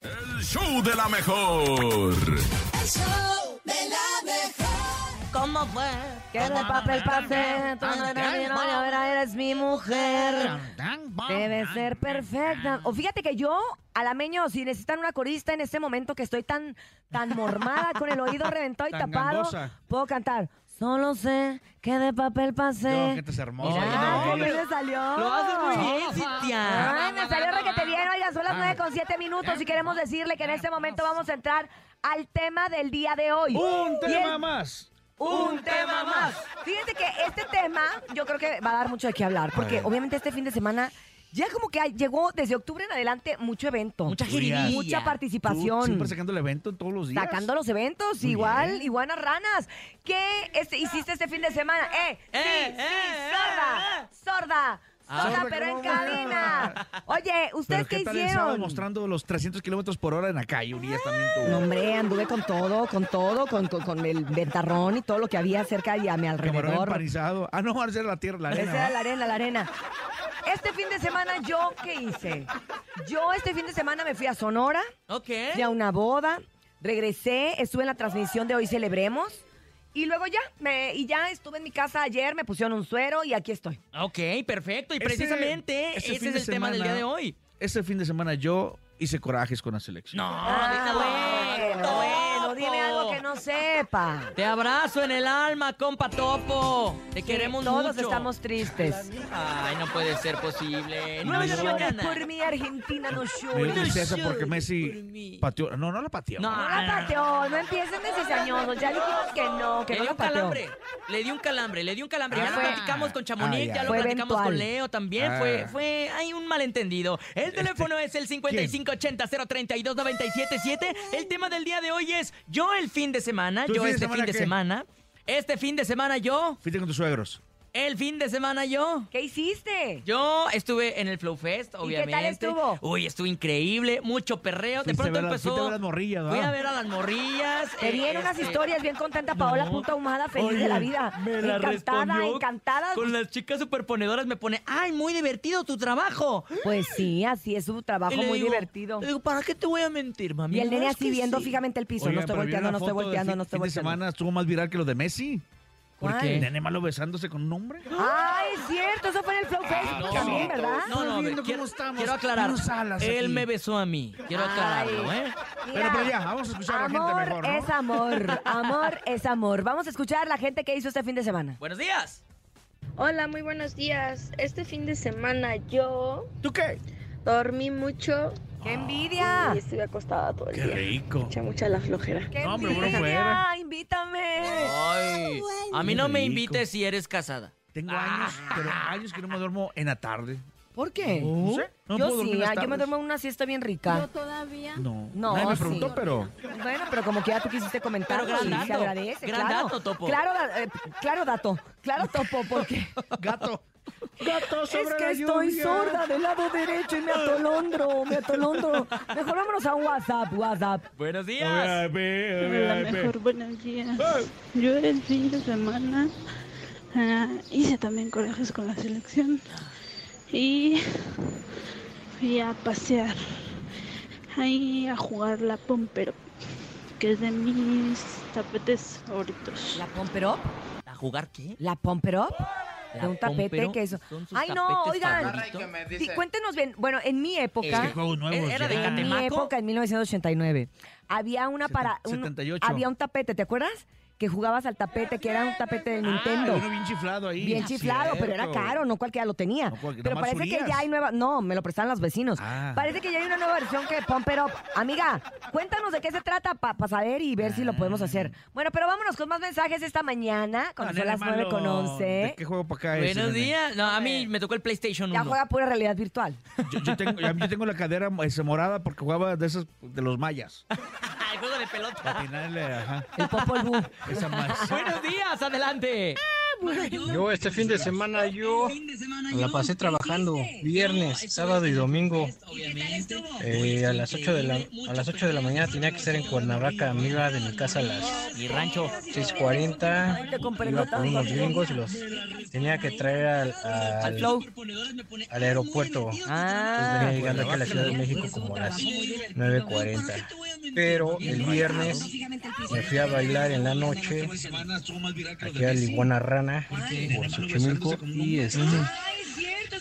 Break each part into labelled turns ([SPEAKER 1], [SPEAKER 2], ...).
[SPEAKER 1] El show de la mejor.
[SPEAKER 2] El show de la mejor.
[SPEAKER 3] ¿Cómo fue?
[SPEAKER 4] Que de papel pasé, tú no eres mi novia, ahora eres mi mujer. Debe ser perfecta. O fíjate que yo, alameño, si necesitan una corista en este momento que estoy tan, tan mormada, con el oído reventado y
[SPEAKER 5] Tan
[SPEAKER 4] tapado,
[SPEAKER 5] gangosa.
[SPEAKER 4] puedo cantar. Solo sé que de papel
[SPEAKER 5] No,
[SPEAKER 4] pasé.
[SPEAKER 5] gente es hermosa.
[SPEAKER 4] Mirá,
[SPEAKER 5] no,
[SPEAKER 4] ¿cómo me salió?
[SPEAKER 3] Lo haces muy bien, Cintia.
[SPEAKER 4] Ay, me salió requete bien, oigan, son las 9 con 7 minutos y queremos decirle que en este momento vamos a entrar al tema del día de hoy.
[SPEAKER 5] Un
[SPEAKER 4] Y
[SPEAKER 5] tema
[SPEAKER 4] el-
[SPEAKER 5] más.
[SPEAKER 4] Un tema más. Fíjate que este tema yo creo que va a dar mucho de qué hablar, porque obviamente este fin de semana ya como que hay- llegó desde octubre en adelante mucho evento.
[SPEAKER 3] Mucha
[SPEAKER 5] Julia,
[SPEAKER 3] jiribilla.
[SPEAKER 4] Mucha
[SPEAKER 5] Tú
[SPEAKER 4] participación.
[SPEAKER 5] siempre sacando el evento todos los días.
[SPEAKER 4] Sacando los eventos,
[SPEAKER 5] Muy
[SPEAKER 4] igual,
[SPEAKER 5] bien.
[SPEAKER 4] iguanas ranas. ¿Qué este, hiciste este fin de semana? ¡Eh! ¡Sí!
[SPEAKER 3] Eh,
[SPEAKER 4] sí,
[SPEAKER 3] eh,
[SPEAKER 4] sorda,
[SPEAKER 3] eh.
[SPEAKER 4] ¡Sorda!
[SPEAKER 3] Ah.
[SPEAKER 4] ¡Sorda,
[SPEAKER 5] Sorda,
[SPEAKER 4] pero en
[SPEAKER 5] ¿cómo va?
[SPEAKER 4] cabina! Oye,
[SPEAKER 5] Pero
[SPEAKER 4] ¿ustedes
[SPEAKER 5] ¿qué
[SPEAKER 4] qué,
[SPEAKER 5] tal el sábado
[SPEAKER 4] hicieron? Ah,
[SPEAKER 5] mostrando los 300 kilómetros por hora en la calle, Urias, también tú?
[SPEAKER 4] No, hombre, anduve con todo, con todo, con, con, con el ventarrón y todo lo que había cerca y a mi
[SPEAKER 5] Camarón
[SPEAKER 4] alrededor.
[SPEAKER 5] empanizado. Ah, no, ahora sí era la tierra, la arena.
[SPEAKER 4] Esa era
[SPEAKER 5] ¿va?
[SPEAKER 4] la arena, la arena. Este fin de semana, ¿yo qué hice? Yo este fin de semana me fui a Sonora,
[SPEAKER 3] Ok.
[SPEAKER 4] fui a una boda, regresé, estuve en la transmisión de Hoy Celebremos y luego ya, me, y ya estuve en mi casa ayer, me pusieron un suero y aquí estoy.
[SPEAKER 3] Ok, perfecto. Y
[SPEAKER 5] Ese-
[SPEAKER 3] precisamente
[SPEAKER 5] ese
[SPEAKER 3] ese,
[SPEAKER 5] fin
[SPEAKER 3] es
[SPEAKER 5] de
[SPEAKER 3] el tema del día
[SPEAKER 5] semana-
[SPEAKER 3] de hoy.
[SPEAKER 5] Ese fin de semana yo hice corajes con la selección.
[SPEAKER 3] No,
[SPEAKER 4] Ah,
[SPEAKER 3] déjalo,
[SPEAKER 4] bueno,
[SPEAKER 3] topo.
[SPEAKER 4] bueno, dime algo que no sepa.
[SPEAKER 3] Te abrazo en el alma, compa Topo. Te queremos
[SPEAKER 4] Todos
[SPEAKER 3] mucho.
[SPEAKER 4] estamos tristes.
[SPEAKER 3] Ay, no puede ser posible.
[SPEAKER 4] No
[SPEAKER 3] Nueve de la
[SPEAKER 4] llores
[SPEAKER 3] mañana.
[SPEAKER 4] por mi Argentina, no
[SPEAKER 5] Me dio
[SPEAKER 3] Bueno,
[SPEAKER 4] llores.
[SPEAKER 5] tristeza
[SPEAKER 3] yo-
[SPEAKER 5] porque
[SPEAKER 3] por
[SPEAKER 5] Messi
[SPEAKER 3] mí.
[SPEAKER 5] pateó. No, no la pateó.
[SPEAKER 3] No.
[SPEAKER 4] No la pateó, no empiecen de cizañosos, ya dijimos que no, que
[SPEAKER 3] le dio
[SPEAKER 4] no la
[SPEAKER 3] un
[SPEAKER 4] pateó.
[SPEAKER 3] calambre. Le dio un calambre, le dio un calambre. ya
[SPEAKER 4] Ah.
[SPEAKER 3] lo platicamos con Chamonix,
[SPEAKER 5] Ah, ya.
[SPEAKER 3] ya lo
[SPEAKER 4] Fue
[SPEAKER 3] platicamos
[SPEAKER 4] eventual.
[SPEAKER 3] con Leo también.
[SPEAKER 5] Ah.
[SPEAKER 3] Fue,
[SPEAKER 5] Este,
[SPEAKER 3] fue, hay un malentendido. El teléfono es el 5580-032-977. El tema del día de hoy es yo el fin de semana,
[SPEAKER 5] ¿Tú
[SPEAKER 3] yo
[SPEAKER 5] el fin de
[SPEAKER 3] este
[SPEAKER 5] semana
[SPEAKER 3] fin de
[SPEAKER 5] qué?
[SPEAKER 3] semana. Este fin de semana yo,
[SPEAKER 5] Fuiste con tus suegros.
[SPEAKER 3] el fin de semana yo.
[SPEAKER 4] ¿Qué hiciste?
[SPEAKER 3] Yo estuve en el Flow Fest, obviamente.
[SPEAKER 4] estuvo?
[SPEAKER 3] Uy, estuvo increíble, mucho perreo. De
[SPEAKER 5] Fuiste a
[SPEAKER 3] pronto
[SPEAKER 5] ver las-
[SPEAKER 3] empezó.
[SPEAKER 5] fuiste a ver las morrillas, ¿verdad?
[SPEAKER 3] Fui a ver a las morrillas.
[SPEAKER 4] Te
[SPEAKER 3] eh,
[SPEAKER 4] dieron unas
[SPEAKER 3] este,
[SPEAKER 4] historias bien contenta, Paola
[SPEAKER 3] no.
[SPEAKER 4] Punta Humada, feliz de
[SPEAKER 3] Oye,
[SPEAKER 4] la vida.
[SPEAKER 3] Me la
[SPEAKER 4] encantada,
[SPEAKER 3] respondió
[SPEAKER 4] encantada.
[SPEAKER 3] Con las chicas superponedoras me pone, ay, muy divertido tu trabajo.
[SPEAKER 4] Pues sí, así es un trabajo
[SPEAKER 3] Y le
[SPEAKER 4] muy
[SPEAKER 3] digo-
[SPEAKER 4] divertido.
[SPEAKER 3] le digo, ¿para qué te voy a mentir, mami?
[SPEAKER 4] Y el
[SPEAKER 3] La
[SPEAKER 4] nene
[SPEAKER 3] verdad es
[SPEAKER 4] así
[SPEAKER 3] que
[SPEAKER 4] viendo
[SPEAKER 3] sí".
[SPEAKER 4] fijamente el piso, no
[SPEAKER 5] Oigan,
[SPEAKER 4] estoy
[SPEAKER 5] pero vi
[SPEAKER 4] volteando,
[SPEAKER 5] una
[SPEAKER 4] no estoy
[SPEAKER 5] foto del
[SPEAKER 4] volteando,
[SPEAKER 5] fin-
[SPEAKER 4] no estoy
[SPEAKER 5] fin de
[SPEAKER 4] volteando.
[SPEAKER 5] semana estuvo más viral que lo de Messi.
[SPEAKER 4] ¿Cuál?
[SPEAKER 5] Porque el nene malo besándose con un hombre.
[SPEAKER 4] Ay, es cierto, eso fue en el Flow Fest
[SPEAKER 3] No,
[SPEAKER 4] también,
[SPEAKER 3] no,
[SPEAKER 4] ¿verdad?
[SPEAKER 3] No, no,
[SPEAKER 5] Estoy
[SPEAKER 3] a ver,
[SPEAKER 5] viendo cómo
[SPEAKER 3] quiero,
[SPEAKER 5] estamos.
[SPEAKER 3] quiero aclarar.
[SPEAKER 5] Unos alas
[SPEAKER 3] Él
[SPEAKER 5] aquí.
[SPEAKER 3] me besó a mí. Quiero
[SPEAKER 4] Ay.
[SPEAKER 3] aclararlo, ¿eh?
[SPEAKER 4] Mira,
[SPEAKER 5] Pero, pero ya, vamos a escuchar a la gente
[SPEAKER 4] amor
[SPEAKER 5] mejor, ¿no?
[SPEAKER 4] es amor, amor es amor. Vamos a escuchar a la gente que hizo este fin de semana.
[SPEAKER 3] Buenos días.
[SPEAKER 6] Hola, muy buenos días. Este fin de semana yo
[SPEAKER 5] ¿Tú qué?
[SPEAKER 6] dormí mucho
[SPEAKER 4] ¡Qué
[SPEAKER 7] Ah.
[SPEAKER 4] envidia!
[SPEAKER 6] y estuve acostada todo el
[SPEAKER 5] Qué
[SPEAKER 6] día.
[SPEAKER 5] rico.
[SPEAKER 6] Mucha, mucha la flojera.
[SPEAKER 4] ¡Qué
[SPEAKER 5] No, hombre, bueno,
[SPEAKER 4] envidia!
[SPEAKER 5] fuera.
[SPEAKER 4] ¡Invítame!
[SPEAKER 3] Ay, a mí
[SPEAKER 5] Qué
[SPEAKER 3] no me
[SPEAKER 5] rico.
[SPEAKER 3] invites si eres casada.
[SPEAKER 5] Tengo años, pero años que no me duermo en la tarde.
[SPEAKER 4] ¿Por qué?
[SPEAKER 5] No sé, no puedo
[SPEAKER 4] yo
[SPEAKER 5] dormir
[SPEAKER 4] sí,
[SPEAKER 5] las
[SPEAKER 4] ah, yo me
[SPEAKER 5] tardes.
[SPEAKER 4] duermo una siesta bien rica.
[SPEAKER 2] todavía.
[SPEAKER 5] No.
[SPEAKER 4] No,
[SPEAKER 5] Nadie me
[SPEAKER 4] sí.
[SPEAKER 5] preguntó, pero.
[SPEAKER 4] Bueno, pero como que ya tú quisiste comentar,
[SPEAKER 3] Pero gran
[SPEAKER 4] sí,
[SPEAKER 3] dato,
[SPEAKER 4] se agradece.
[SPEAKER 3] gran
[SPEAKER 4] claro,
[SPEAKER 3] dato, Topo.
[SPEAKER 4] Claro, da- eh, claro, dato. Claro, topo, porque
[SPEAKER 5] Gato. Gato sobre
[SPEAKER 4] es que
[SPEAKER 5] la
[SPEAKER 4] estoy
[SPEAKER 5] lluvia.
[SPEAKER 4] sorda del lado derecho y me atolondro, me atolondro. Mejor vámonos a un WhatsApp, WhatsApp.
[SPEAKER 3] Buenos días.
[SPEAKER 5] Hola, ve,
[SPEAKER 8] Hola,
[SPEAKER 5] hola, ve.
[SPEAKER 8] mejor buenos días.
[SPEAKER 5] Ay.
[SPEAKER 8] Yo el fin de semana ah, hice también corajes con la selección y fui a pasear ahí a jugar la pompero, que es de mis tapetes favoritos.
[SPEAKER 4] ¿La pomperop?
[SPEAKER 3] ¿A jugar qué?
[SPEAKER 4] ¿La pomperop? De
[SPEAKER 3] La
[SPEAKER 4] un tapete
[SPEAKER 3] Pompero
[SPEAKER 4] que eso.
[SPEAKER 3] son sus
[SPEAKER 4] Ay, no,
[SPEAKER 3] tapetes
[SPEAKER 4] oigan.
[SPEAKER 3] favoritos.
[SPEAKER 4] Sí, cuéntenos bien. Bueno, en mi
[SPEAKER 5] Es
[SPEAKER 4] época.
[SPEAKER 5] que juegos nuevos.
[SPEAKER 3] Era de
[SPEAKER 5] ya.
[SPEAKER 4] En mi
[SPEAKER 3] Catemaco.
[SPEAKER 4] época, en 1989, había una
[SPEAKER 5] Seten-
[SPEAKER 4] para. un-
[SPEAKER 5] 78.
[SPEAKER 4] había un tapete, ¿te acuerdas? Que jugabas al tapete, que era un tapete de Nintendo.
[SPEAKER 5] Ah, uno bien chiflado ahí. Ah,
[SPEAKER 4] Bien chiflado, pero era
[SPEAKER 5] Cierto.
[SPEAKER 4] caro, no cualquiera lo tenía.
[SPEAKER 5] No cualquiera,
[SPEAKER 4] pero
[SPEAKER 5] nomás
[SPEAKER 4] parece que
[SPEAKER 5] Urias.
[SPEAKER 4] ya hay nueva. No, me lo prestaban los vecinos.
[SPEAKER 5] Ah.
[SPEAKER 4] Parece que ya hay una nueva versión que Pomper Up. Amiga, cuéntanos de qué se trata para saber y ver si lo podemos hacer. Bueno, pero vámonos con más mensajes esta mañana, cuando son
[SPEAKER 5] Ah, nene
[SPEAKER 4] las 9 con
[SPEAKER 5] malo. ¿De
[SPEAKER 4] 11.
[SPEAKER 5] qué juego para acá es,
[SPEAKER 3] Buenos
[SPEAKER 5] nene?
[SPEAKER 3] días. No, a mí me tocó el PlayStation 1.
[SPEAKER 4] Ya juega pura realidad virtual.
[SPEAKER 5] Yo, yo tengo, yo tengo la cadera ese, morada porque jugaba de esos de los mayas.
[SPEAKER 3] el juego de pelota.
[SPEAKER 5] Patinarle, ajá.
[SPEAKER 4] El Popol Vuh.
[SPEAKER 5] Esa más.
[SPEAKER 3] Buenos días, adelante.
[SPEAKER 4] pues.
[SPEAKER 9] Yo este fin de semana yo la pasé trabajando viernes, sábado y domingo. Eh, a las 8 de la a las 8 de la mañana tenía que estar en Cuernavaca, me iba de mi casa a las
[SPEAKER 3] Y rancho.
[SPEAKER 9] 6:40.
[SPEAKER 4] Te compré
[SPEAKER 9] Iba
[SPEAKER 4] nota.
[SPEAKER 9] con unos gringos, los tenía que traer al, al-
[SPEAKER 3] Al flow.
[SPEAKER 9] al aeropuerto.
[SPEAKER 5] Pues
[SPEAKER 9] Entonces venía
[SPEAKER 4] Ah,
[SPEAKER 9] llegando aquí a la Ciudad de México como a las 9.40. Pero el viernes me fui a bailar en la noche aquí a Liguana Rana, por Xochimilco. Y este,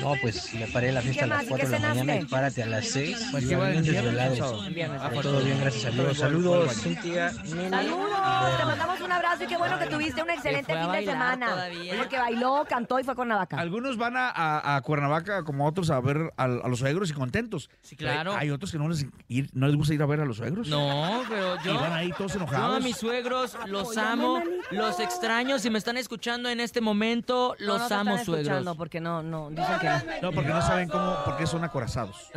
[SPEAKER 9] no, pues me paré la fiesta a
[SPEAKER 4] más?
[SPEAKER 9] las
[SPEAKER 4] ¿Y
[SPEAKER 9] 4 de
[SPEAKER 4] qué
[SPEAKER 9] la mañana y
[SPEAKER 4] cenaste?
[SPEAKER 9] párate a las 6.
[SPEAKER 5] Pues, ¿qué
[SPEAKER 9] iba
[SPEAKER 5] va
[SPEAKER 9] bien
[SPEAKER 5] el viernes o
[SPEAKER 9] desvelado.
[SPEAKER 5] sábado?
[SPEAKER 9] Pero Todo bien, gracias a Dios. Saludos, Cintia. Nene.
[SPEAKER 4] Saludos, te mandamos un abrazo y qué bueno que tuviste un excelente
[SPEAKER 3] fue a
[SPEAKER 4] fin de
[SPEAKER 3] bailar
[SPEAKER 4] semana.
[SPEAKER 3] todavía.
[SPEAKER 4] Porque bailó, cantó y fue con la vaca.
[SPEAKER 5] Algunos van a, a- a Cuernavaca como otros a ver a, a los suegros y contentos.
[SPEAKER 3] Sí, claro.
[SPEAKER 5] Hay, hay otros que no les, ir- no les gusta ir a ver a los suegros.
[SPEAKER 3] No, pero
[SPEAKER 5] Y
[SPEAKER 3] yo.
[SPEAKER 5] van ahí todos
[SPEAKER 3] Yo a
[SPEAKER 5] enojados.
[SPEAKER 3] mis suegros los amo, los extraño. Si me están escuchando en este momento, los
[SPEAKER 4] no, no te
[SPEAKER 3] amo,
[SPEAKER 4] están escuchando
[SPEAKER 3] suegros.
[SPEAKER 4] Porque no, no, dicen que no.
[SPEAKER 5] No, porque no saben cómo, por qué son acorazados.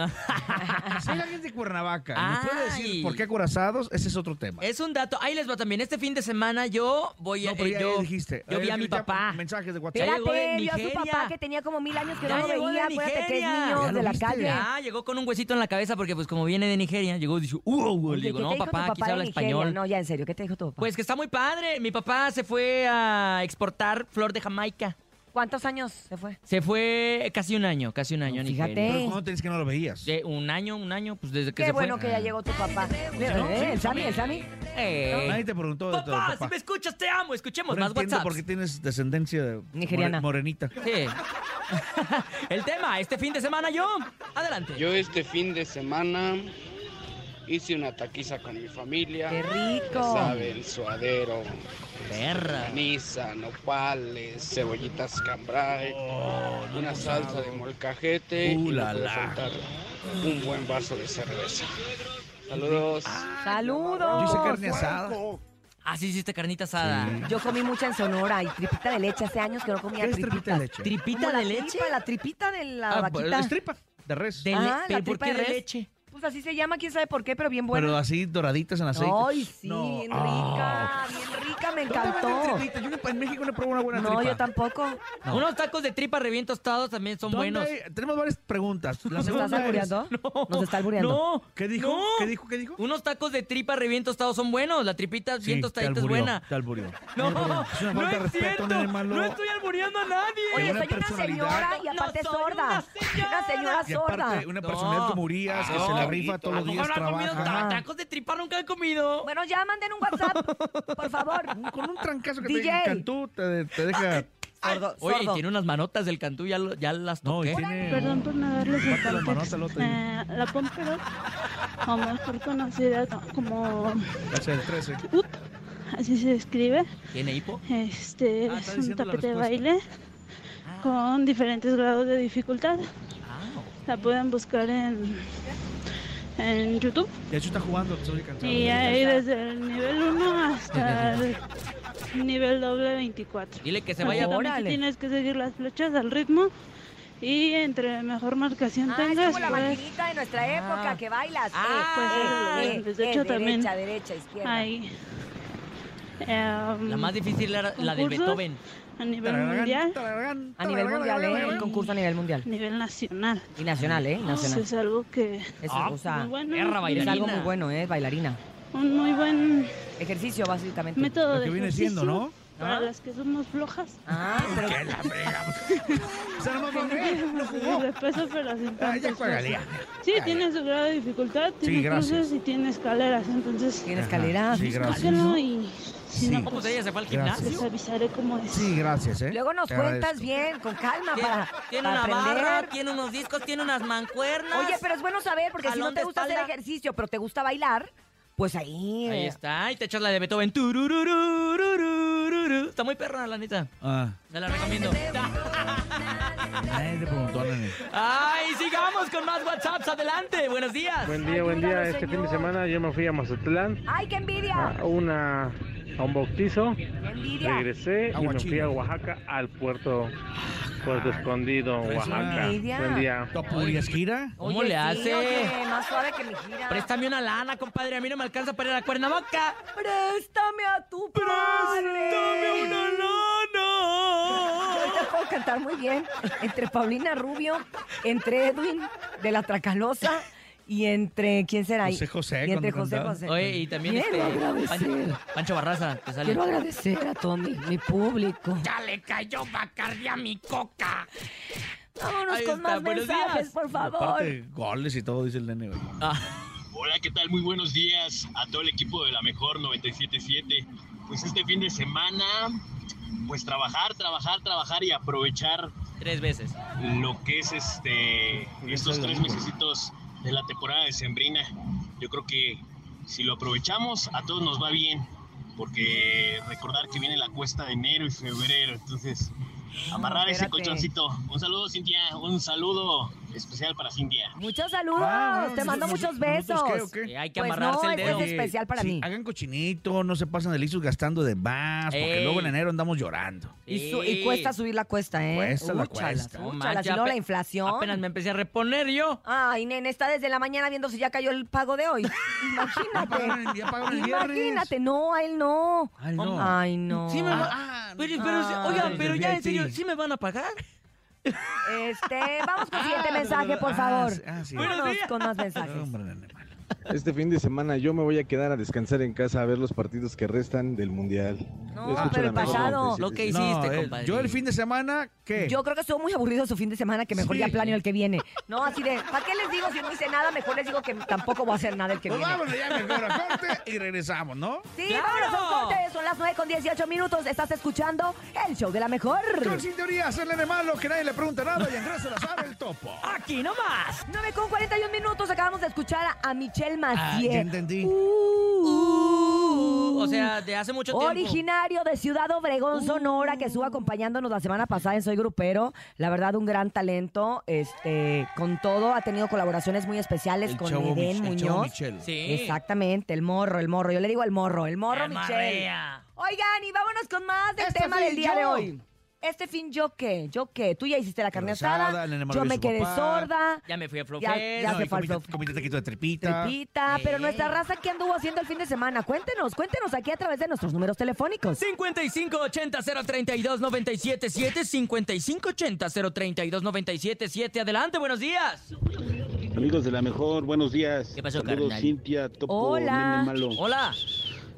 [SPEAKER 5] si hay alguien de Cuernavaca y me
[SPEAKER 3] Ay.
[SPEAKER 5] puede
[SPEAKER 3] Eh,
[SPEAKER 5] decir por qué acorazados, ese es otro tema.
[SPEAKER 3] Es un dato. Ahí les va también. Este fin de semana yo voy a.
[SPEAKER 5] No, pero
[SPEAKER 3] eh,
[SPEAKER 5] ya,
[SPEAKER 3] yo,
[SPEAKER 5] ya dijiste.
[SPEAKER 3] yo vi
[SPEAKER 5] Eh,
[SPEAKER 3] a mi
[SPEAKER 5] ya-
[SPEAKER 3] papá. eh.
[SPEAKER 5] Mensajes de WhatsApp.
[SPEAKER 3] Ya llegó de
[SPEAKER 4] Espérate, vio a su
[SPEAKER 3] Nigeria.
[SPEAKER 4] papá que tenía como mil años que
[SPEAKER 3] Ya
[SPEAKER 4] no lo
[SPEAKER 3] llegó de
[SPEAKER 4] veía. Acuérdate que es
[SPEAKER 3] Nigeria.
[SPEAKER 4] niño
[SPEAKER 5] Ya lo
[SPEAKER 4] de la
[SPEAKER 5] viste,
[SPEAKER 4] calle.
[SPEAKER 3] Ah, llegó con un huesito en la cabeza porque pues como viene de Nigeria, llegó y dice, uh,
[SPEAKER 4] Oye,
[SPEAKER 3] le digo,
[SPEAKER 4] ¿qué te
[SPEAKER 3] no
[SPEAKER 4] dijo tu
[SPEAKER 3] papá, aquí se
[SPEAKER 4] de
[SPEAKER 3] habla
[SPEAKER 4] Nigeria?
[SPEAKER 3] español.
[SPEAKER 4] No, ya en serio, ¿qué te dijo tu papá?
[SPEAKER 3] Pues que está muy padre. Mi papá se fue a exportar flor de Jamaica.
[SPEAKER 4] ¿cuántos años se fue?
[SPEAKER 3] Se fue casi un año, casi un año. a Nigeria.
[SPEAKER 4] fíjate.
[SPEAKER 5] Pero ¿cuándo te dices que no lo veías?
[SPEAKER 3] De un año, un año, pues desde que
[SPEAKER 4] Qué
[SPEAKER 3] se fue. Ah.
[SPEAKER 4] bueno que ya llegó tu papá. Eh, el Sammy, el Sammy.
[SPEAKER 3] Eh.
[SPEAKER 5] Nadie te preguntó de todo,
[SPEAKER 3] Papá,
[SPEAKER 5] papá.
[SPEAKER 3] si me escuchas, te amo. Escuchemos
[SPEAKER 5] No
[SPEAKER 3] más
[SPEAKER 5] entiendo
[SPEAKER 3] WhatsApp.
[SPEAKER 5] por qué tienes descendencia de-
[SPEAKER 4] Nigeriana.
[SPEAKER 5] more- morenita.
[SPEAKER 3] Sí. El tema, este fin de semana yo. Adelante.
[SPEAKER 10] Yo este fin de semana hice una taquiza con mi familia.
[SPEAKER 4] Qué rico.
[SPEAKER 10] Saben, suadero,
[SPEAKER 3] Perra.
[SPEAKER 10] caniza, nopales, cebollitas cambrai,
[SPEAKER 11] Oh,
[SPEAKER 10] una salsa de molcajete
[SPEAKER 5] Uh,
[SPEAKER 10] y no
[SPEAKER 5] la,
[SPEAKER 10] puede
[SPEAKER 5] la.
[SPEAKER 10] faltar un buen vaso de cerveza. Saludos.
[SPEAKER 7] Ah,
[SPEAKER 5] Yo hice
[SPEAKER 4] Saludos.
[SPEAKER 5] carne asada.
[SPEAKER 3] Ah, sí, hiciste carnita asada.
[SPEAKER 4] Yo comí mucha en Sonora y tripita de leche. Hace años que no comía
[SPEAKER 5] ¿Qué es tripita de
[SPEAKER 4] tripitas.
[SPEAKER 5] leche?
[SPEAKER 3] ¿Tripita
[SPEAKER 4] Como
[SPEAKER 3] de
[SPEAKER 4] la
[SPEAKER 3] leche?
[SPEAKER 4] tripa, La tripita de la
[SPEAKER 3] Ah,
[SPEAKER 4] vaquita.
[SPEAKER 5] pues, Es tripa de res.
[SPEAKER 3] De le-
[SPEAKER 4] Ah, la
[SPEAKER 3] ¿Pero por
[SPEAKER 4] tripa
[SPEAKER 3] qué
[SPEAKER 4] de
[SPEAKER 3] de
[SPEAKER 4] res.
[SPEAKER 3] leche?
[SPEAKER 4] Pues así se llama, quién sabe por qué, pero bien
[SPEAKER 5] Pero
[SPEAKER 4] buena.
[SPEAKER 5] así doraditas en aceite.
[SPEAKER 4] Ay, sí,
[SPEAKER 5] No.
[SPEAKER 4] bien rica,
[SPEAKER 5] Ah.
[SPEAKER 4] bien rica, me
[SPEAKER 5] ¿Dónde venden
[SPEAKER 4] encantó.
[SPEAKER 5] tripitas? Yo no- en México no probé una buena
[SPEAKER 4] No,
[SPEAKER 5] tripa.
[SPEAKER 4] yo tampoco.
[SPEAKER 5] No.
[SPEAKER 3] Unos tacos de tripa re bien tostados también son
[SPEAKER 5] ¿Dónde
[SPEAKER 3] buenos.
[SPEAKER 5] hay- Tenemos varias preguntas. La
[SPEAKER 4] ¿Nos estás
[SPEAKER 5] segunda es-
[SPEAKER 4] albureando? ¿Nos está albureando?
[SPEAKER 3] No.
[SPEAKER 5] ¿Qué dijo?
[SPEAKER 3] No.
[SPEAKER 5] ¿Qué dijo? ¿Qué dijo?
[SPEAKER 3] Unos tacos de tripa re bien tostados son buenos. La tripita bien
[SPEAKER 5] Sí,
[SPEAKER 3] tostadita
[SPEAKER 5] te
[SPEAKER 3] es
[SPEAKER 5] alburió,
[SPEAKER 3] buena.
[SPEAKER 5] Te alburió.
[SPEAKER 3] No,
[SPEAKER 5] Alburió. Es una
[SPEAKER 3] no
[SPEAKER 5] falta de
[SPEAKER 3] es
[SPEAKER 5] respeto,
[SPEAKER 3] cierto.
[SPEAKER 5] nene malo.
[SPEAKER 3] No estoy albureando a nadie.
[SPEAKER 4] Oye,
[SPEAKER 5] una
[SPEAKER 4] soy una
[SPEAKER 5] personalidad.
[SPEAKER 4] señora y
[SPEAKER 3] No
[SPEAKER 4] aparte es
[SPEAKER 3] soy
[SPEAKER 4] sorda.
[SPEAKER 3] una señora.
[SPEAKER 4] Una señora
[SPEAKER 5] Y aparte,
[SPEAKER 4] sorda.
[SPEAKER 5] una
[SPEAKER 3] No.
[SPEAKER 5] personalidad como Urias, que
[SPEAKER 10] Ah,
[SPEAKER 5] se la
[SPEAKER 10] bonito.
[SPEAKER 5] rifa todos
[SPEAKER 3] ¿A
[SPEAKER 5] los
[SPEAKER 3] poco
[SPEAKER 5] días,
[SPEAKER 3] no han comido
[SPEAKER 5] trabaja.
[SPEAKER 3] ta- tacos de tripa? Nunca he comido.
[SPEAKER 4] Bueno, ya manden un WhatsApp, por favor.
[SPEAKER 5] Con un trancazo que
[SPEAKER 4] DJ.
[SPEAKER 5] te cantó, te, te
[SPEAKER 4] Ah,
[SPEAKER 5] deja...
[SPEAKER 4] Sordo,
[SPEAKER 3] Oye,
[SPEAKER 4] sordo.
[SPEAKER 3] tiene unas manotas del Cantú, ya, lo- ya las
[SPEAKER 5] No, y
[SPEAKER 3] toqué.
[SPEAKER 5] tiene...
[SPEAKER 8] Perdón por no darles el
[SPEAKER 5] Bata la
[SPEAKER 8] contexto.
[SPEAKER 5] manota al otro día.
[SPEAKER 8] Eh, la Pompero, o mejor conocida como
[SPEAKER 5] Hace el 13.
[SPEAKER 8] UT, así se escribe.
[SPEAKER 3] ¿Tiene hipo?
[SPEAKER 8] Este
[SPEAKER 5] Ah, está
[SPEAKER 8] es un
[SPEAKER 5] diciendo la
[SPEAKER 8] tapete de
[SPEAKER 5] respuesta.
[SPEAKER 8] baile con diferentes grados de dificultad.
[SPEAKER 3] Ah,
[SPEAKER 8] La pueden buscar en, en YouTube.
[SPEAKER 5] De hecho, está jugando, estoy cansado.
[SPEAKER 8] Y hay desde el nivel 1 hasta el nivel doble 24.
[SPEAKER 3] dile que se
[SPEAKER 8] Así
[SPEAKER 3] vaya.
[SPEAKER 8] también tú
[SPEAKER 4] Órale.
[SPEAKER 8] tienes que seguir las flechas al ritmo y entre mejor marcación
[SPEAKER 4] Ah, es
[SPEAKER 8] tengas,
[SPEAKER 4] como la
[SPEAKER 8] pues
[SPEAKER 4] maquinita de nuestra época que bailas.
[SPEAKER 3] Ah, pues,
[SPEAKER 8] eh, pues, de hecho, también.
[SPEAKER 4] Derecha, derecha, izquierda.
[SPEAKER 8] hay em,
[SPEAKER 3] La más difícil era la del
[SPEAKER 8] ¿Concursos?
[SPEAKER 3] Beethoven.
[SPEAKER 8] a nivel mundial,
[SPEAKER 4] A nivel mundial, ¿eh? El concurso a nivel mundial.
[SPEAKER 8] a nivel nacional.
[SPEAKER 4] Y nacional, ¿eh? Y
[SPEAKER 8] Eso
[SPEAKER 4] Nacional.
[SPEAKER 8] es algo que
[SPEAKER 4] Eso
[SPEAKER 3] Ah,
[SPEAKER 4] es, o sea,
[SPEAKER 8] muy bueno,
[SPEAKER 3] perra
[SPEAKER 8] y
[SPEAKER 4] es
[SPEAKER 3] bailarina.
[SPEAKER 4] algo muy bueno, ¿eh? Bailarina.
[SPEAKER 8] un muy buen
[SPEAKER 4] Ejercicio, básicamente.
[SPEAKER 8] método
[SPEAKER 5] Lo
[SPEAKER 8] de
[SPEAKER 5] que viene
[SPEAKER 8] ejercicio
[SPEAKER 5] siendo, ¿no?
[SPEAKER 8] para
[SPEAKER 4] Ah.
[SPEAKER 8] las que somos flojas.
[SPEAKER 4] Ah,
[SPEAKER 5] ¿Eh?
[SPEAKER 4] pero
[SPEAKER 5] O sea, nomás van, eh, lo jugó.
[SPEAKER 8] De peso, pero sin
[SPEAKER 5] Ah,
[SPEAKER 8] tanto
[SPEAKER 5] ya
[SPEAKER 8] esfuerzo.
[SPEAKER 5] juégale, ya.
[SPEAKER 8] Sí, tiene su grado de dificultad, tiene
[SPEAKER 5] gracias.
[SPEAKER 8] cruces y tiene escaleras, entonces Pues,
[SPEAKER 4] tiene
[SPEAKER 5] Ajá,
[SPEAKER 4] escaleras.
[SPEAKER 5] Sí, gracias.
[SPEAKER 8] búsquenlo y si
[SPEAKER 5] Sí.
[SPEAKER 8] no,
[SPEAKER 3] ¿Cómo pues ella se fue al
[SPEAKER 5] Gracias.
[SPEAKER 8] les
[SPEAKER 3] gimnasio?
[SPEAKER 8] avisaré cómo es.
[SPEAKER 5] Sí, gracias, ¿eh?
[SPEAKER 4] Luego nos
[SPEAKER 5] Te
[SPEAKER 4] cuentas
[SPEAKER 5] agradezco.
[SPEAKER 4] bien, con calma,
[SPEAKER 3] Tiene-
[SPEAKER 4] para,
[SPEAKER 3] Tiene
[SPEAKER 4] para
[SPEAKER 3] una
[SPEAKER 4] aprender.
[SPEAKER 3] barra, tiene unos discos, tiene unas mancuernas.
[SPEAKER 4] Oye, pero es bueno saber, porque si
[SPEAKER 3] Jalón
[SPEAKER 4] no te
[SPEAKER 3] de
[SPEAKER 4] gusta hacer
[SPEAKER 3] espalda.
[SPEAKER 4] ejercicio, pero te gusta bailar, pues ahí.
[SPEAKER 3] Ahí
[SPEAKER 4] eh,
[SPEAKER 3] está, y te echas la de Beethoven. Tururururururu. Está muy perra, la neta.
[SPEAKER 5] Ah,
[SPEAKER 3] Me la recomiendo.
[SPEAKER 5] nadie te preguntó, nene.
[SPEAKER 3] Ay, sigamos con más WhatsApps. Adelante, buenos días.
[SPEAKER 7] Buen día, buen día.
[SPEAKER 4] Ayúdame,
[SPEAKER 7] Este fin
[SPEAKER 4] Señor.
[SPEAKER 7] de semana yo me fui a Mazatlán
[SPEAKER 4] ¡Ay, qué envidia!
[SPEAKER 7] a, una, a un bautizo.
[SPEAKER 4] ¡Qué envidia!
[SPEAKER 7] Regresé y me
[SPEAKER 5] Aguachile.
[SPEAKER 7] fui a Oaxaca, al puerto, puerto
[SPEAKER 11] Ah,
[SPEAKER 7] escondido,
[SPEAKER 5] Traes
[SPEAKER 7] Oaxaca.
[SPEAKER 4] envidia.
[SPEAKER 7] Buen día.
[SPEAKER 5] ¿Tú apoyas gira?
[SPEAKER 3] ¿Cómo
[SPEAKER 4] Oye,
[SPEAKER 3] le
[SPEAKER 4] sí,
[SPEAKER 3] hace?
[SPEAKER 4] oye, más suave que mi gira.
[SPEAKER 3] Préstame una lana, compadre. A mí no me alcanza para ir a Cuernavaca.
[SPEAKER 4] Préstame a tu padre.
[SPEAKER 3] lana.
[SPEAKER 4] cantar muy bien entre Paulina Rubio, entre Edwin de la Tracalosa y entre quién será ahí.
[SPEAKER 5] José José,
[SPEAKER 4] Y entre
[SPEAKER 5] cuando
[SPEAKER 4] José
[SPEAKER 5] cantaba.
[SPEAKER 4] José.
[SPEAKER 3] Oye, y también
[SPEAKER 4] Quiero
[SPEAKER 3] este,
[SPEAKER 4] agradecer.
[SPEAKER 3] Pancho, Pancho Barraza, te sale.
[SPEAKER 4] Quiero agradecer a todo mi, mi público.
[SPEAKER 3] Ya le cayó Bacardi a mi coca.
[SPEAKER 4] Vámonos
[SPEAKER 3] Ahí
[SPEAKER 4] con
[SPEAKER 3] está,
[SPEAKER 4] más
[SPEAKER 3] buenos
[SPEAKER 4] mensajes,
[SPEAKER 3] días.
[SPEAKER 4] por favor.
[SPEAKER 5] Aparte, goles y todo, dice el nene. güey.
[SPEAKER 11] Hola, ¿qué tal? Muy buenos días a todo el equipo de la mejor 977. Pues este fin de semana, pues trabajar, trabajar, trabajar y aprovechar
[SPEAKER 3] Tres veces.
[SPEAKER 11] lo que es este estos tres mesecitos de la temporada de Sembrina. Yo creo que si lo aprovechamos, a todos nos va bien, porque recordar que viene la cuesta de enero y febrero, entonces amarrar ese
[SPEAKER 4] espérate.
[SPEAKER 11] colchoncito. Un saludo, Cintia, un saludo especial para Cintia.
[SPEAKER 4] Muchos saludos, te mando muchos besos.
[SPEAKER 3] Eh, Hay
[SPEAKER 4] que Pues amarrarse no, el este dedo. es especial para
[SPEAKER 5] Sí,
[SPEAKER 4] mí.
[SPEAKER 5] Hagan cochinito, no se pasen de listos gastando de más, porque
[SPEAKER 3] Ey.
[SPEAKER 5] luego en enero andamos llorando.
[SPEAKER 4] Y, su- y cuesta subir la cuesta, ¿eh?
[SPEAKER 5] Cuesta la
[SPEAKER 4] Úchalas,
[SPEAKER 5] cuesta.
[SPEAKER 3] No
[SPEAKER 4] úchalas,
[SPEAKER 3] manches,
[SPEAKER 4] y luego la
[SPEAKER 3] ape-
[SPEAKER 4] inflación.
[SPEAKER 3] Apenas me empecé a reponer yo.
[SPEAKER 4] Ay, nene, está desde la mañana viendo si ya cayó el pago de hoy.
[SPEAKER 5] pagaron el-
[SPEAKER 4] Imagínate.
[SPEAKER 5] ya pagaron el viernes.
[SPEAKER 4] Imagínate, no, a él no.
[SPEAKER 5] Ay, no.
[SPEAKER 4] Ay, no.
[SPEAKER 3] Sí me va-
[SPEAKER 5] Ah, no.
[SPEAKER 3] Pero, pero,
[SPEAKER 4] Ah,
[SPEAKER 3] oiga,
[SPEAKER 5] desde
[SPEAKER 3] pero ya en
[SPEAKER 5] VIP.
[SPEAKER 3] serio, ¿sí me van a pagar?
[SPEAKER 4] Este, vamos con el siguiente
[SPEAKER 5] Ah,
[SPEAKER 4] mensaje, por
[SPEAKER 5] ah,
[SPEAKER 4] favor.
[SPEAKER 5] sí, ah, sí.
[SPEAKER 4] Vámonos con más
[SPEAKER 5] No,
[SPEAKER 4] mensajes.
[SPEAKER 5] hombre, nene, malo.
[SPEAKER 12] Este fin de semana yo me voy a quedar a descansar en casa a ver los partidos que restan del Mundial.
[SPEAKER 4] No,
[SPEAKER 12] Yo escucho
[SPEAKER 4] pero
[SPEAKER 12] la
[SPEAKER 4] el
[SPEAKER 12] mejor
[SPEAKER 4] pasado,
[SPEAKER 12] desde-
[SPEAKER 3] Lo que
[SPEAKER 5] No,
[SPEAKER 3] hiciste,
[SPEAKER 5] eh,
[SPEAKER 3] compadre.
[SPEAKER 5] Yo el fin de semana, ¿qué?
[SPEAKER 4] Yo creo que estuvo muy aburrido su fin de semana, que mejor
[SPEAKER 5] Sí.
[SPEAKER 4] ya planeo el que viene. No, así de, ¿para qué les digo si no hice nada? Mejor les digo que tampoco voy a hacer nada el que
[SPEAKER 5] Pues
[SPEAKER 4] viene.
[SPEAKER 5] vámonos ya mejor a corte y regresamos, ¿no?
[SPEAKER 4] Sí,
[SPEAKER 3] ¡Claro!
[SPEAKER 4] vámonos a un corte. Son las 9 con 18 minutos. Estás escuchando el show de la mejor.
[SPEAKER 5] Con sin teoría, hacerle de malo, que nadie le pregunta nada y Andrés se la sabe el topo.
[SPEAKER 3] Aquí nomás.
[SPEAKER 4] 9 con 41 minutos. Acabamos de escuchar a Michelle
[SPEAKER 5] Ah, ya
[SPEAKER 4] Macier.
[SPEAKER 5] entendí.
[SPEAKER 4] Uh,
[SPEAKER 3] O sea, de hace mucho tiempo.
[SPEAKER 4] Originario de Ciudad Obregón, Sonora, que estuvo acompañándonos la semana pasada en Soy Grupero. La verdad, un gran talento. Este, con todo, ha tenido colaboraciones muy especiales con
[SPEAKER 5] chavo Mich-
[SPEAKER 4] Edén
[SPEAKER 5] el
[SPEAKER 4] Muñoz.
[SPEAKER 5] chavo Michel.
[SPEAKER 3] Sí.
[SPEAKER 4] Exactamente, el morro, el morro. Yo le digo el morro, el morro
[SPEAKER 3] Eh,
[SPEAKER 4] Michelle.
[SPEAKER 3] María.
[SPEAKER 4] Oigan, y vámonos con más del
[SPEAKER 5] Este
[SPEAKER 4] tema
[SPEAKER 5] fin
[SPEAKER 4] del día de
[SPEAKER 5] yo.
[SPEAKER 4] hoy. Este fin, ¿yo qué? ¿Yo qué? Tú ya hiciste la carne
[SPEAKER 5] asada,
[SPEAKER 4] asada,
[SPEAKER 5] el nene
[SPEAKER 4] yo
[SPEAKER 5] Maravilla
[SPEAKER 4] me
[SPEAKER 5] su
[SPEAKER 4] quedé
[SPEAKER 5] papá.
[SPEAKER 4] sorda,
[SPEAKER 3] Ya me fui a Flofest.
[SPEAKER 4] Ya- ya
[SPEAKER 5] No,
[SPEAKER 4] se
[SPEAKER 5] y
[SPEAKER 4] fue al
[SPEAKER 5] comiste-
[SPEAKER 4] flow.
[SPEAKER 5] comiste taquito de tripita.
[SPEAKER 4] tripita. Pero
[SPEAKER 3] Sí.
[SPEAKER 4] nuestra raza, ¿qué anduvo haciendo el fin de semana? Cuéntenos, cuéntenos aquí a través de nuestros números telefónicos.
[SPEAKER 3] 5580-032-977-5580-032-977. Adelante, buenos días.
[SPEAKER 13] Amigos de la mejor, buenos días.
[SPEAKER 3] ¿Qué pasó,
[SPEAKER 13] Saludos,
[SPEAKER 3] carnal?
[SPEAKER 13] Cintia, Topo,
[SPEAKER 4] Hola.
[SPEAKER 13] Nene Malo.
[SPEAKER 3] Hola.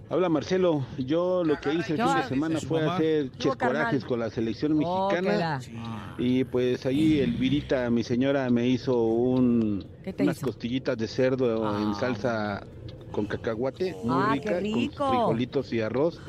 [SPEAKER 13] Habla Marcelo. Yo lo que hice el
[SPEAKER 4] Yo-
[SPEAKER 13] Este fin de semana
[SPEAKER 5] Este, Su
[SPEAKER 13] fue
[SPEAKER 5] mamá.
[SPEAKER 13] hacer
[SPEAKER 4] Yo, carnal.
[SPEAKER 13] chescorajes con la selección
[SPEAKER 4] Oh, que la-
[SPEAKER 13] mexicana. Y pues ahí Elvirita, mi señora, me hizo un,
[SPEAKER 4] ¿Qué te
[SPEAKER 13] unas
[SPEAKER 4] hizo?
[SPEAKER 13] costillitas de cerdo
[SPEAKER 4] Ah.
[SPEAKER 13] en salsa con cacahuate, muy
[SPEAKER 4] Ah, qué
[SPEAKER 13] rica,
[SPEAKER 4] rico.
[SPEAKER 13] con frijolitos y arroz.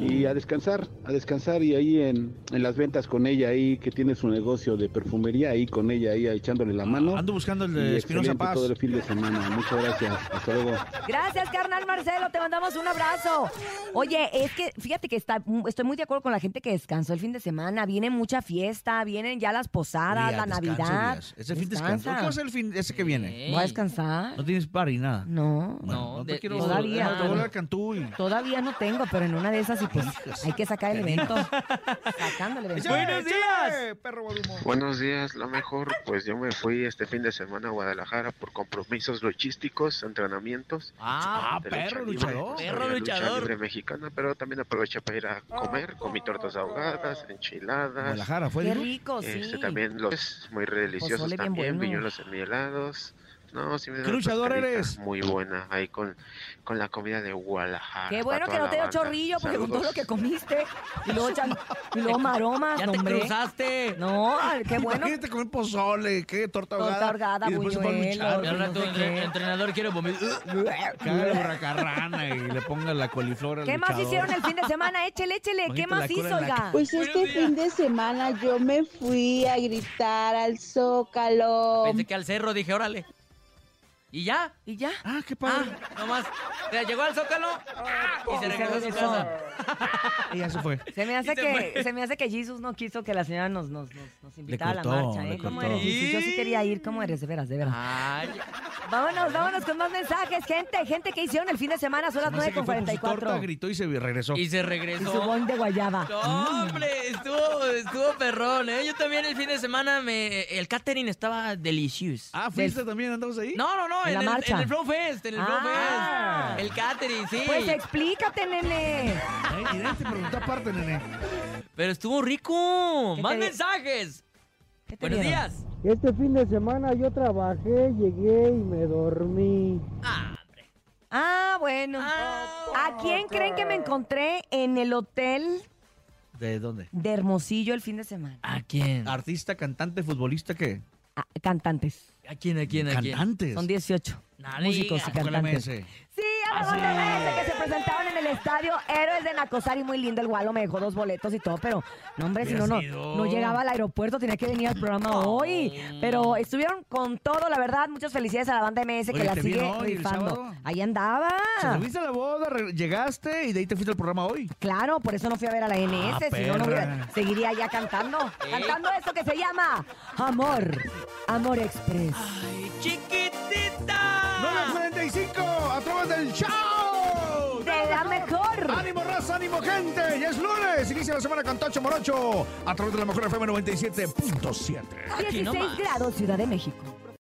[SPEAKER 13] Y a descansar, a descansar y ahí en, en las ventas con ella ahí que tiene su negocio de perfumería ahí con ella ahí echándole la mano.
[SPEAKER 5] Ando buscando el
[SPEAKER 13] Y
[SPEAKER 5] de Espinosa
[SPEAKER 13] excelente
[SPEAKER 5] Paz.
[SPEAKER 13] todo el fin de semana. Muchas gracias. Hasta luego.
[SPEAKER 4] Gracias, carnal Marcelo, te mandamos un abrazo. Oye, es que fíjate que está, mm, estoy muy de acuerdo con la gente que descansó el fin de semana. Viene mucha fiesta, vienen ya las posadas,
[SPEAKER 5] Días,
[SPEAKER 4] la
[SPEAKER 5] descanso,
[SPEAKER 4] Navidad.
[SPEAKER 5] días. Ese fin descanso. ¿Qué va a ser el fin ese que viene?
[SPEAKER 4] ¿Voy a descansar?
[SPEAKER 5] No tienes par y nada.
[SPEAKER 4] No,
[SPEAKER 5] Bueno,
[SPEAKER 3] No,
[SPEAKER 5] te
[SPEAKER 3] de-
[SPEAKER 5] quiero
[SPEAKER 4] todavía.
[SPEAKER 5] No, te voy a hablar Cantú y-
[SPEAKER 4] todavía no tengo, pero en una de esas y pues hay que sacar el evento. Sacando el evento.
[SPEAKER 3] Buenos días.
[SPEAKER 5] Perro Guarumo.
[SPEAKER 14] Buenos días, lo mejor, pues yo me fui este fin de semana a Guadalajara por compromisos logísticos, entrenamientos.
[SPEAKER 3] Ah,
[SPEAKER 14] de lucha
[SPEAKER 5] perro
[SPEAKER 14] libre,
[SPEAKER 5] luchador.
[SPEAKER 14] pues,
[SPEAKER 3] Perro
[SPEAKER 14] había
[SPEAKER 3] luchador.
[SPEAKER 14] Lucha libre mexicana, pero también aproveché para ir a comer, comí tortas ahogadas, enchiladas.
[SPEAKER 5] Guadalajara, fue
[SPEAKER 4] Qué
[SPEAKER 5] el...
[SPEAKER 4] rico, Oh, sí.
[SPEAKER 14] Este, también los muy deliciosos
[SPEAKER 4] Pozole bien
[SPEAKER 14] también,
[SPEAKER 4] bueno.
[SPEAKER 14] viñuelos enmielados. No, sí me dio
[SPEAKER 5] ¿Qué
[SPEAKER 14] una
[SPEAKER 5] luchador
[SPEAKER 14] pescadita
[SPEAKER 5] eres?
[SPEAKER 14] Muy buena, ahí con, con la comida de
[SPEAKER 9] Ah,
[SPEAKER 14] Guadalajara.
[SPEAKER 4] Qué
[SPEAKER 14] para
[SPEAKER 4] bueno
[SPEAKER 14] toda
[SPEAKER 4] que no
[SPEAKER 14] la
[SPEAKER 4] te dio
[SPEAKER 14] banda.
[SPEAKER 4] chorrillo, porque con todo lo
[SPEAKER 14] Saludos.
[SPEAKER 4] que comiste, y luego, chan- y luego maromas,
[SPEAKER 3] Ya
[SPEAKER 4] no,
[SPEAKER 3] te
[SPEAKER 4] Ah, hombre.
[SPEAKER 3] cruzaste.
[SPEAKER 4] No, ay, qué bueno.
[SPEAKER 5] Imagínate comer pozole, qué torta ahogada.
[SPEAKER 4] Torta ahogada,
[SPEAKER 5] y después se fue a
[SPEAKER 4] buñuelos.
[SPEAKER 5] luchar.
[SPEAKER 3] Y al rato
[SPEAKER 4] no sé
[SPEAKER 3] el
[SPEAKER 4] qué.
[SPEAKER 3] entrenador quiere vomitar.
[SPEAKER 5] Caga la burracarrana y le ponga la coliflor al
[SPEAKER 4] ¿Qué más
[SPEAKER 5] luchador.
[SPEAKER 4] hicieron el fin de semana? Échele, échele. ¿Qué
[SPEAKER 5] Imagínate la
[SPEAKER 4] más
[SPEAKER 5] cola
[SPEAKER 4] hizo,
[SPEAKER 5] en la
[SPEAKER 4] oiga?
[SPEAKER 15] Pues
[SPEAKER 3] Buenos
[SPEAKER 15] este
[SPEAKER 3] días.
[SPEAKER 15] fin de semana yo me fui a gritar al
[SPEAKER 4] Oh.
[SPEAKER 15] Zócalo.
[SPEAKER 3] Pensé que al cerro dije, órale. ¿Y ya?
[SPEAKER 4] ¿Y ya?
[SPEAKER 5] Ah, qué
[SPEAKER 3] Ah,
[SPEAKER 5] padre.
[SPEAKER 3] nomás. Se llegó al zócalo y se regresó a su casa.
[SPEAKER 4] Ah.
[SPEAKER 5] Y ya se fue.
[SPEAKER 4] Se me, hace
[SPEAKER 3] Y se
[SPEAKER 4] que,
[SPEAKER 3] fue.
[SPEAKER 4] se me hace que Jesus no quiso que la señora nos, nos, nos, nos invitara a la
[SPEAKER 5] cortó,
[SPEAKER 4] marcha,
[SPEAKER 5] le
[SPEAKER 4] ¿eh? ¿Cómo
[SPEAKER 5] cortó.
[SPEAKER 4] eres, Jesus? Yo sí quería ir. ¿Cómo eres? De veras, de
[SPEAKER 3] Ah.
[SPEAKER 4] veras.
[SPEAKER 3] Ay,
[SPEAKER 4] Vámonos, vámonos con más mensajes, gente. Gente que hicieron el fin de semana, son las
[SPEAKER 5] Me hace
[SPEAKER 4] 9
[SPEAKER 5] que
[SPEAKER 4] con
[SPEAKER 5] fue pues, su Torta
[SPEAKER 4] 44.
[SPEAKER 5] gritó y se regresó.
[SPEAKER 3] y se
[SPEAKER 4] Y su
[SPEAKER 3] regresó.
[SPEAKER 4] bon de guayaba.
[SPEAKER 3] No, hombre, estuvo, estuvo perrón, ¿eh? Yo también el fin de semana me. El catering estaba delicious.
[SPEAKER 5] Ah, ¿fuiste también? ¿Andamos ahí?
[SPEAKER 3] No, no, no,
[SPEAKER 4] ¿En
[SPEAKER 3] en,
[SPEAKER 4] la
[SPEAKER 3] el,
[SPEAKER 4] marcha?
[SPEAKER 3] en el Flow Fest, en el
[SPEAKER 4] Ah.
[SPEAKER 3] Flow Fest. El catering, sí.
[SPEAKER 4] Pues Mm. explícate, nene.
[SPEAKER 5] Ay, y nadie te preguntó aparte, nene.
[SPEAKER 3] Pero estuvo rico.
[SPEAKER 16] ¿Qué
[SPEAKER 3] Más
[SPEAKER 16] te-
[SPEAKER 3] mensajes.
[SPEAKER 16] te
[SPEAKER 3] Buenos
[SPEAKER 16] dieron?
[SPEAKER 3] días.
[SPEAKER 16] Este fin de semana yo trabajé, llegué y me dormí.
[SPEAKER 4] Ah, bueno.
[SPEAKER 3] Ah.
[SPEAKER 4] ¿A quién creen que me encontré en el hotel
[SPEAKER 5] ¿De dónde?
[SPEAKER 4] de Hermosillo el fin de semana?
[SPEAKER 3] ¿A quién?
[SPEAKER 5] ¿Artista, cantante, futbolista qué?
[SPEAKER 4] A- cantantes.
[SPEAKER 3] ¿A quién? ¿A quién? ¿A quién?
[SPEAKER 5] ¿Cantantes?
[SPEAKER 4] Son 18.
[SPEAKER 3] Nada,
[SPEAKER 4] músicos
[SPEAKER 3] digas.
[SPEAKER 4] y cantantes. Ah.
[SPEAKER 5] MS.
[SPEAKER 4] Sí, a
[SPEAKER 5] Ah,
[SPEAKER 4] los MS que se presentaron en el estadio Héroes de Nacosari, muy lindo el gualo, me dejó dos boletos y todo, pero no, hombre, si no, no,
[SPEAKER 3] Hubiera sido.
[SPEAKER 4] no llegaba al aeropuerto, tenía que venir al programa hoy. Pero estuvieron con todo, la verdad, muchas felicidades a la banda MS que
[SPEAKER 5] Oye,
[SPEAKER 4] la
[SPEAKER 5] te vi,
[SPEAKER 4] sigue
[SPEAKER 5] ¿no? ¿Y el
[SPEAKER 4] rifando.
[SPEAKER 5] sábado?
[SPEAKER 4] Ahí andaba.
[SPEAKER 5] Se subiste a la boda, re- llegaste y de ahí te fuiste al programa hoy.
[SPEAKER 4] Claro, por eso no fui a ver a la MS,
[SPEAKER 5] Ah,
[SPEAKER 4] si no, no hubiera-
[SPEAKER 5] perra.
[SPEAKER 4] seguiría ya cantando. Cantando eso que se llama Amor, Amor Express. Ah.
[SPEAKER 5] ¡9.45! 45 a través del show.
[SPEAKER 4] ¡De la mejor!
[SPEAKER 5] ¡Ánimo, raza, ánimo, gente! ¡Ya es lunes! Inicia la semana con Tocho Morocho a través de la mejor FM 97.7.
[SPEAKER 4] 16 grados, Ciudad de México.